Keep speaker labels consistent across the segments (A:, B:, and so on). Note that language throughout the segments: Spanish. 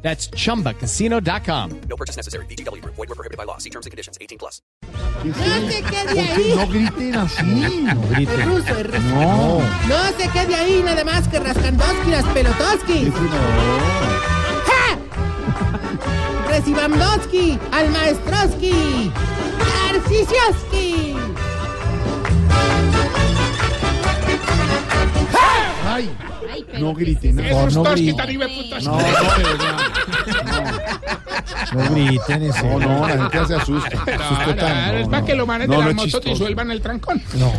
A: That's chumbacasino.com.
B: No purchase necessary. BGW. Void were prohibited by law. See terms and conditions. 18 plus.
C: ¿Qué es
D: No
C: eso?
D: se quede
C: Porque no
D: ahí.
C: griten así. No
D: Es
C: griten.
D: ruso, es ruso.
C: No.
D: No se quede ahí, nada más que Raskandoski, las Pelotoski.
C: eso no.
D: ¡Ja! Recibamdoski, al Maestroski, Narcisioski.
C: Ay, no griten. No,
E: Esos
C: no
E: tos que
C: griten.
E: tan hijueputas.
C: No, no, de verdad. No. No griten eso. No, no, la gente ya se asusta. Se
E: No,
C: asusta
E: no,
C: tanto.
E: es para que los manes
C: No,
E: de
C: no
E: las
C: es
E: motos
C: chistoso.
E: disuelvan el trancón.
C: No.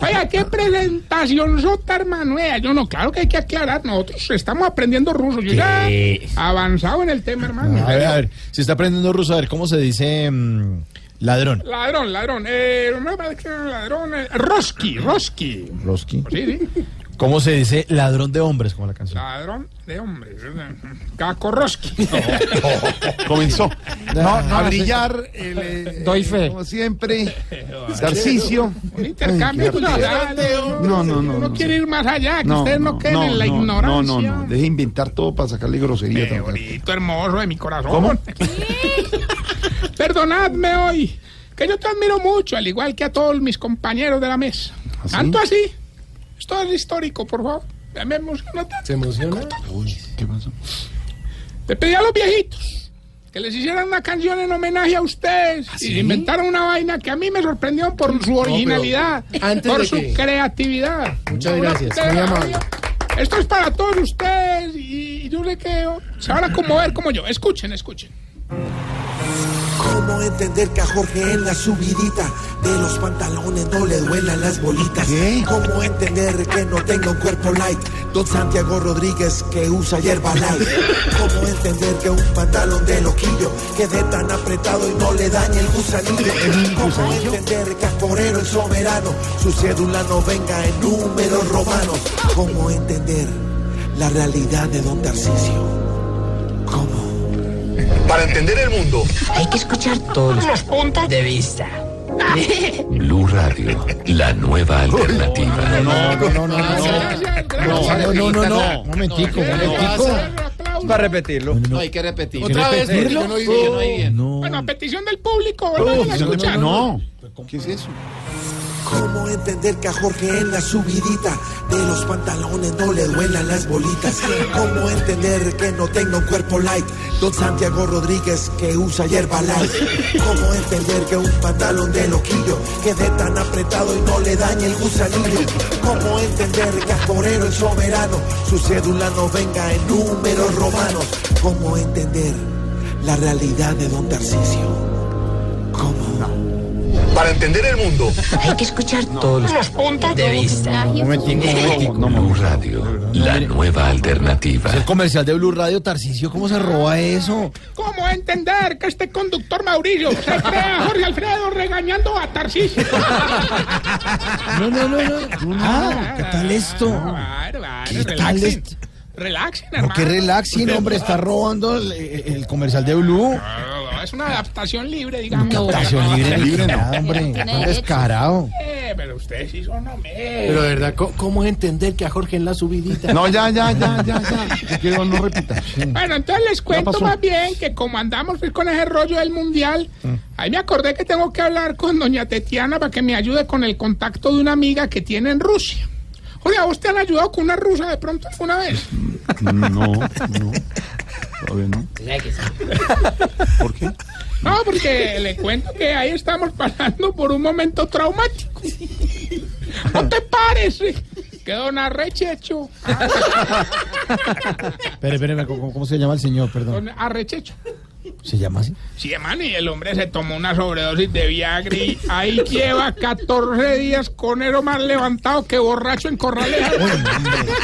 E: Vaya, qué presentación sota, hermano. eh. Yo no, claro que hay que aclarar. Nosotros estamos aprendiendo ruso. Yo ya avanzado en el tema, hermano.
F: A ver, a ver, se está aprendiendo ruso, a ver, ¿cómo se dice mm, ladrón?
E: Ladrón, ladrón. Eh, no me parece que era un ladrón. eh, Roski, Roski.
F: Roski.
E: Sí, sí.
F: ¿Cómo se dice ladrón de hombres, como la canción?
E: Ladrón de hombres. eh, Caco Roski.
C: Comenzó. No, no, a
F: no,
C: brillar. el, eh,
F: Doy fe.
C: Como siempre. Tarcicio.
E: Un intercambio cultural.
C: No, no, no.
E: No
C: no.
E: quiere ir más allá, que ustedes no, queden en la
C: no,
E: ignorancia.
C: No, no, no. Deje inventar todo para sacarle grosería.
E: Qué
C: tan fácil.
E: bonito, hermoso de mi corazón.
C: ¿Cómo?
E: Perdonadme hoy, que yo te admiro mucho, al igual que a todos mis compañeros de la mesa.
C: ¿Ah, sí?
E: Tanto así, esto es histórico, por favor. Me emociona tanto.
C: Uy, ¿qué pasó?
E: Le pedí a los viejitos que les hicieran una canción en homenaje a ustedes
C: ¿Ah,
E: y inventaron una vaina que a mí me sorprendió por su originalidad,
D: Antes
E: por
D: de
E: su
D: que-
E: creatividad. Muchas gracias, Esto es para todos ustedes y yo sé que se van a conmover como yo. Escuchen, escuchen.
G: ¿Cómo entender que a Jorge en la subidita de los pantalones no le duelan las bolitas?
C: ¿Qué?
G: ¿Cómo entender que no tenga un cuerpo light? Don Santiago Rodríguez que usa hierba light. ¿Cómo entender que un pantalón de loquillo quede tan apretado y no le dañe el gusanillo? ¿Cómo entender que a Forero el soberano su cédula no venga en números romanos? ¿Cómo entender la realidad de Don Tarcisio? ¿Cómo?
H: Para entender el mundo.
I: Hay que escuchar todos los puntos de vista.
H: Blue Radio, la nueva alternativa.
F: No, no, Ah, no, no, no,
E: Gracias,
F: no,
E: gracias.
F: no, no, no, no, un momentico, un momentico.
E: Un aplauso.
F: ¿Otra vez? Yo no No,
E: Bueno, a petición del público,
C: Oh,
E: volvamos a escuchar.
C: No. ¿Qué es eso?
G: ¿Cómo entender que a Jorge en la subidita de los pantalones no le duelan las bolitas? ¿Cómo entender que no tenga un cuerpo light? Don Santiago Rodríguez que usa hierba light. ¿Cómo entender que un pantalón de loquillo quede tan apretado y no le dañe el gusanillo? ¿Cómo entender que a Forero el soberano su cédula no venga en números romanos? ¿Cómo entender la realidad de Don Tarcisio? ¿Cómo?
H: Para entender el mundo.
I: Hay que escuchar todos los puntos de vista.
F: un momentico, un momentico.
H: Blue Radio, la nueva alternativa.
F: El comercial de Blue Radio, Tarcicio, ¿cómo se roba eso?
E: ¿Cómo entender que este conductor Mauricio se crea a Jorge Alfredo regañando a Tarcisio?
F: No, no, no, no. Ah, ¿qué tal esto?
E: Claro, claro,
F: ¿Qué tal
E: relaxen.
F: esto?
E: Relaxen,
F: No,
E: hermano.
F: que relaxing, hombre, está robando el, el comercial de Blue.
E: Es una adaptación libre, digamos.
F: Estación libre, ni nada, hombre. Tan descarado.
E: Eh, pero ustedes sí son hombres.
J: Pero de verdad, ¿cómo, cómo entender que a Jorge en la subidita?
C: No, ya, ya, ya, ya, ya. Si quiero no repitas.
E: Bueno, entonces les cuento
C: pasó.
E: más bien que como andamos pues, con ese rollo del mundial, ahí me acordé que tengo que hablar con doña Tetiana para que me ayude con el contacto de una amiga que tiene en Rusia. Oye, ¿a vos te han ayudado con una rusa de pronto alguna vez?
C: No, no. Todavía no. ¿Por qué?
E: No, porque le cuento que ahí estamos pasando por un momento traumático. ¿No te parece? Quedó una rechecho.
F: Espere, espere, ¿cómo, cómo se llama el señor? Perdón.
E: Don Arrechecho.
F: ¿Se llama así?
E: Sí, hermano, y el hombre se tomó una sobredosis de Viagra y ahí lleva 14 días con ero más levantado que borracho en corrales.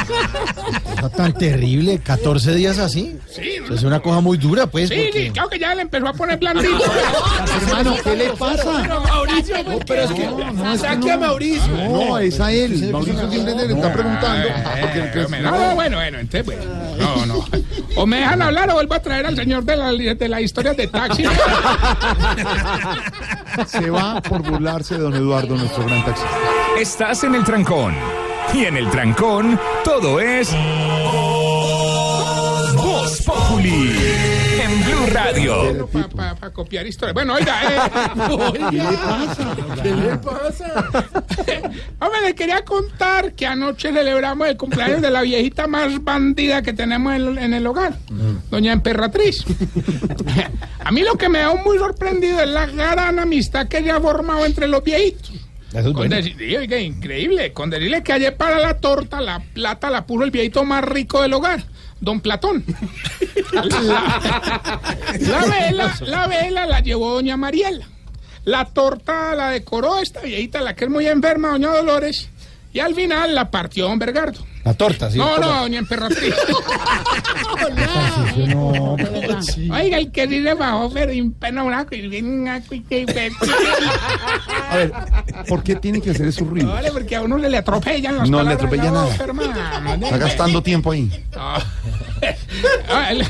F: Cosa tan terrible, 14 días así.
E: Sí,
F: O sea, es una cosa muy dura, pues.
E: sí,
F: porque-
E: sí, claro que ya le empezó a poner blandito.
F: Hermano, ¿qué le pasa?
E: Pero Mauricio, no, pero es que saque a Mauricio.
C: No, es a él. Mauricio siempre le está preguntando. porque el que-
E: No, Eh, no, bueno, bueno, entonces, bueno. No, no. O me dejan hablar o vuelvo a traer al señor de la, de la historia de taxi.
C: se va por burlarse de don Eduardo, nuestro gran taxista.
K: Estás en el trancón. Y en el trancón, todo es. Voz Populi. En Blue Radio.
E: Para copiar historia. Bueno, oiga, eh, ¿qué le pasa? ¿Qué le pasa? Hombre, le quería contar que anoche celebramos el cumpleaños de la viejita más bandida que tenemos en, en el hogar, doña Emperatriz. A mí lo que me ha muy sorprendido es la gran amistad que ella ha formado entre los viejitos.
F: Eso es
E: Con
F: bueno.
E: decir- sí, oiga, increíble. Con decirle que ayer para la torta la plata la puso el viejito más rico del hogar, don Platón. La vela, la vela la llevó doña Mariela. La torta la decoró esta viejita, la que es muy enferma, doña Dolores. Y al final la partió don Bergardo.
F: La torta, ¿sí?
E: No,
F: Como-
E: no, doña Emperatriz.
F: Sí, no, pero sí.
E: Oiga, el que sí le bajó, pero impena una cu- y una cu- y que-
C: A ver, ¿por qué tiene que hacer esos ruidos?
E: Vale, porque a uno le, le atropellan las
C: No, le
E: palabras,
C: atropella
E: no,
C: nada.
E: hermano.
C: Está gastando tiempo ahí.
E: Ah, el,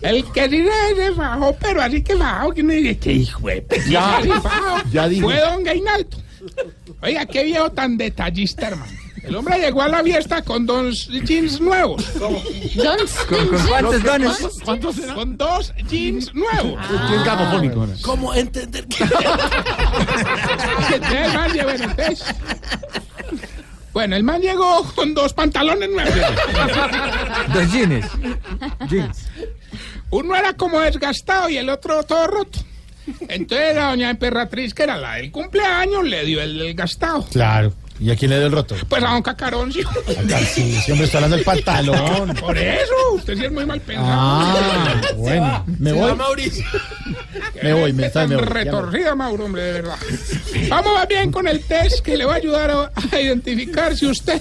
E: el que sí se- se bajó, pero así que bajó, que no dice, que hijo de pe-
C: Ya,
E: así bajó,
C: ya dije.
E: Fue don Gainalto. Oiga, qué viejo tan detallista, hermano. El hombre llegó a la fiesta con dos jeans nuevos.
F: ¿Cuántos dones?
E: Con dos jeans nuevos.
C: Es gagofónico, ¿no?
J: ¿Cómo entender que
E: Entonces, el man llegó- bueno, entonces- bueno, el man llegó con dos pantalones nuevos.
K: Dos jeans.
E: Uno era como desgastado y el otro todo roto. Entonces la doña emperatriz, que era la del cumpleaños, le dio el desgastado.
F: Claro. ¿Y a quién le dio el roto?
E: Pues a don Cacarón, sí.
F: Acá sí, siempre está hablando el pantalón.
E: Por eso, usted sí es muy mal pensado.
F: Ah, bueno. Me voy. Me voy, me está,
E: Tan
F: me voy. Ya me voy.
E: retorcida, Mauro, hombre, de verdad. Vamos más bien con el test que le va a ayudar a, a identificar si usted.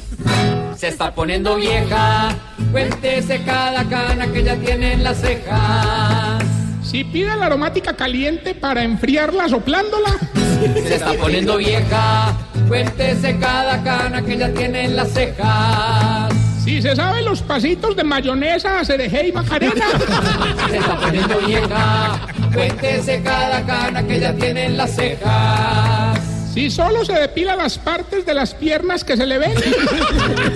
L: Se está poniendo vieja, cuéntese cada cana que ya tiene en las cejas.
E: Si pide la aromática caliente para enfriarla soplándola.
L: Se está poniendo vieja, cuéntese cada cana que ya tiene en las cejas.
E: Si se sabe los pasitos de mayonesa, cereje y macarena.
L: Se está poniendo vieja, cuéntese cada cana que ya tiene en las cejas.
E: Si solo se depila las partes de las piernas que se le ven.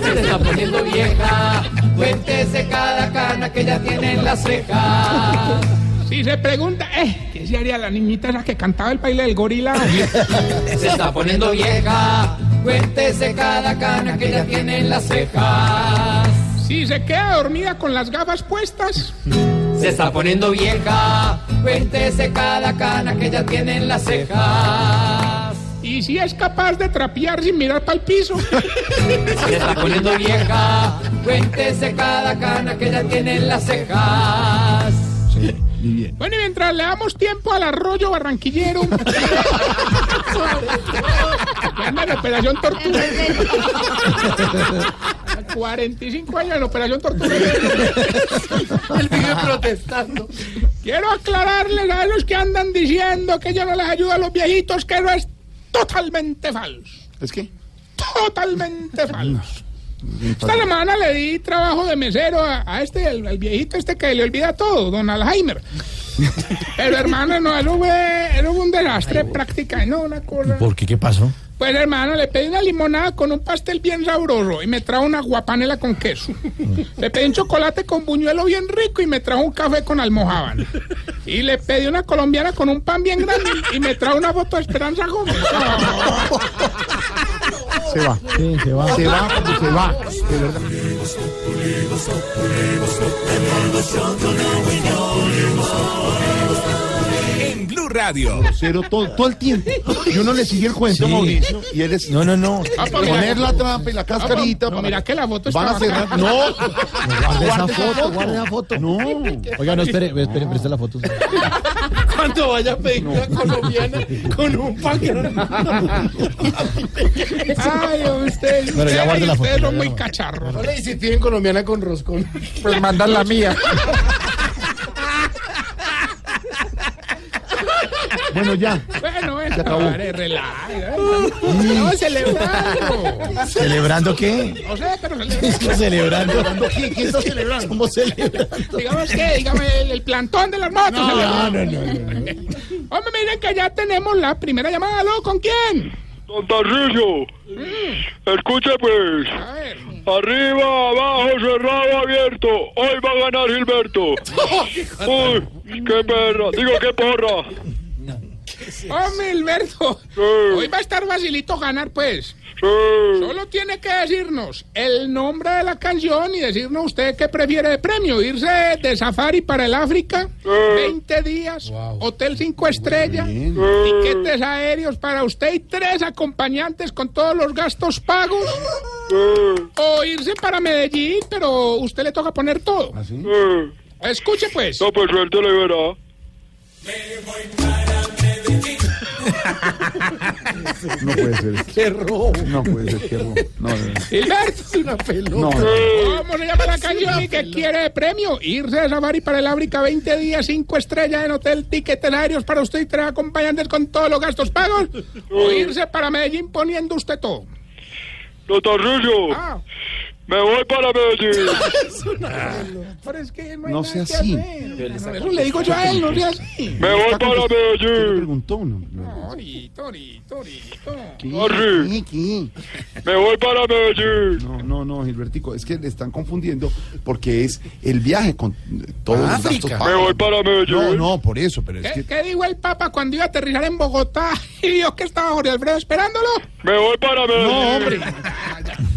L: Se está poniendo vieja, cuéntese cada cana que ya tiene en las cejas.
E: Si se pregunta, eh, ¿qué se haría la niñita esa que cantaba el baile del gorila?
L: Se está poniendo vieja, cuéntese cada cana que ya tiene en las cejas.
E: Si se queda dormida con las gafas puestas.
L: Se está poniendo vieja, cuéntese cada cana que ya tiene en las cejas.
E: Y si es capaz de trapear sin mirar para el piso.
L: Se está poniendo vieja, cuéntese cada cana que ya tiene en las cejas.
E: Bueno, y mientras le damos tiempo al arroyo barranquillero. que anda en Operación Tortuga. 45 años en Operación Tortuga.
J: él vive protestando?
E: Quiero aclararles a los que andan diciendo que yo no les ayudo a los viejitos que no es totalmente falso.
C: ¿Es que
E: Totalmente falso. Esta semana le di trabajo de mesero a, a este, al, al viejito este que le olvida todo, don Alzheimer. Pero hermano, no, él fue, él fue un desastre práctica, no, una cosa.
F: ¿Por qué? ¿Qué pasó?
E: Pues hermano, le pedí una limonada con un pastel bien sabroso y me trajo una guapanela con queso. le pedí un chocolate con buñuelo bien rico y me trajo un café con almohábana. Y le pedí una colombiana con un pan bien grande y me trajo una foto de Esperanza Gómez.
C: Se va.
F: Sí, se va.
C: Se va porque se va. De verdad.
K: En Blue Blue Radio.
C: Cero todo, todo el tiempo. Y uno le sigue el cuento,
F: Sí.
C: Mauricio, y él es.
F: No, no, no.
C: Poner la trampa y la cascarita.
E: No,
C: para-
E: mira que la foto está
C: Van a
E: bacana.
C: cerrar. No.
F: Guarde esa
C: Guarde esa
F: foto,
C: foto.
F: guarde esa foto.
C: No.
F: Oiga, no, espere, espere, presta la foto.
J: Cuando vaya a pedir una colombiana con un paquete.
E: Ay, ustedes,
F: Bueno, ya guarde
E: ustedes,
F: la foto,
E: ustedes
F: ya
E: son
F: la
E: muy
F: guarde.
E: cacharros.
J: Hola, y si tienen colombiana con roscón.
C: Pues mandan la mía. Bueno, ya.
E: Bueno,
C: Se
E: bueno,
C: acabó.
E: vale, relaja. No, celebrando.
F: ¿Celebrando qué?
E: No sé, pero
F: Es
E: celebrando.
F: que celebrando.
C: ¿Quién quién está celebrando?
F: ¿Cómo celebrando?
E: Digamos que, dígame, el, el plantón de las motos.
F: No,
E: celebrando.
F: no, no. no.
E: Hombre, miren que ya tenemos la primera llamada. ¿Aló? ¿Con quién?
M: Don Tarrillo, escuche pues.
E: A ver.
M: Arriba, abajo, cerrado, abierto. Hoy va a ganar Gilberto. Uy, qué perra. Digo, qué porra.
E: Hombre, Alberto. Hoy va a estar facilito ganar, pues.
M: Sí.
E: Solo tiene que decirnos el nombre de la canción y decirnos usted qué prefiere de premio. Irse de safari para el África, 20 días, hotel 5 estrellas, tiquetes aéreos para usted y tres acompañantes con todos los gastos pagos. O irse para Medellín, pero usted le toca poner todo.
M: Eh,
E: Escuche pues.
M: No, pues suerte le verá.
C: No puede ser.
J: ¡Qué robo!
C: No puede ser. Qué robo. No, no, no.
E: Gilberto,
J: Es una pelota.
C: No.
M: Eh,
E: ¿Cómo se llama la canción y qué quiere de premio? Irse de safari para el África, 20 días, 5 estrellas en hotel, tiquetes aéreos para usted y tres acompañantes con todos los gastos pagos. O irse para Medellín poniendo usted todo.
M: Don Tarrillo,
E: Ah,
M: me voy para Medellín.
E: pero es que no hay
C: No
E: nada
C: sea
E: que
C: así.
E: hacer. Eso le digo yo a él, no sea así.
M: Me voy para
C: ¿Qué le
M: Medellín.
C: preguntó uno?
E: Tori, Tori, Tori, Tori.
M: Tarri,
C: ¿Qué, qué?
M: me voy para Medellín.
C: No, no, no, Gilbertico, es que le están confundiendo porque es el viaje con eh, todos los
J: África.
C: gastos
M: Me
C: pagos.
M: voy para
C: No,
M: Medellín.
C: no, por eso, pero es
E: ¿Qué,
C: que
E: qué dijo el Papa cuando iba a aterrizar en Bogotá y vio que estaba Jorge Alfredo esperándolo?
M: Me voy para Medellín.
C: No, hombre.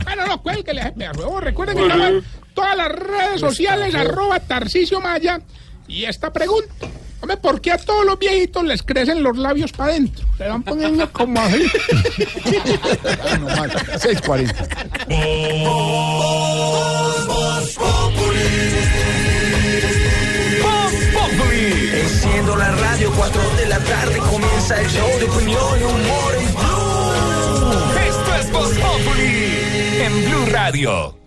E: Bueno, no, cuélguele, jefe, a huevo. Recuerden que estamos en todas las
C: Pues,
E: redes sociales, arroba Tarcicio Maya. Y esta pregunta, hombre, ¿por qué a todos los viejitos les crecen los labios para adentro? Se van poniendo como así.
C: ah, no, mal, 6.40.
K: Voz Populi.
B: Enciendo la radio, 4 de la tarde comienza el show de opinión y humor en Blue.
K: Esto es Voz Populi en Blue Radio.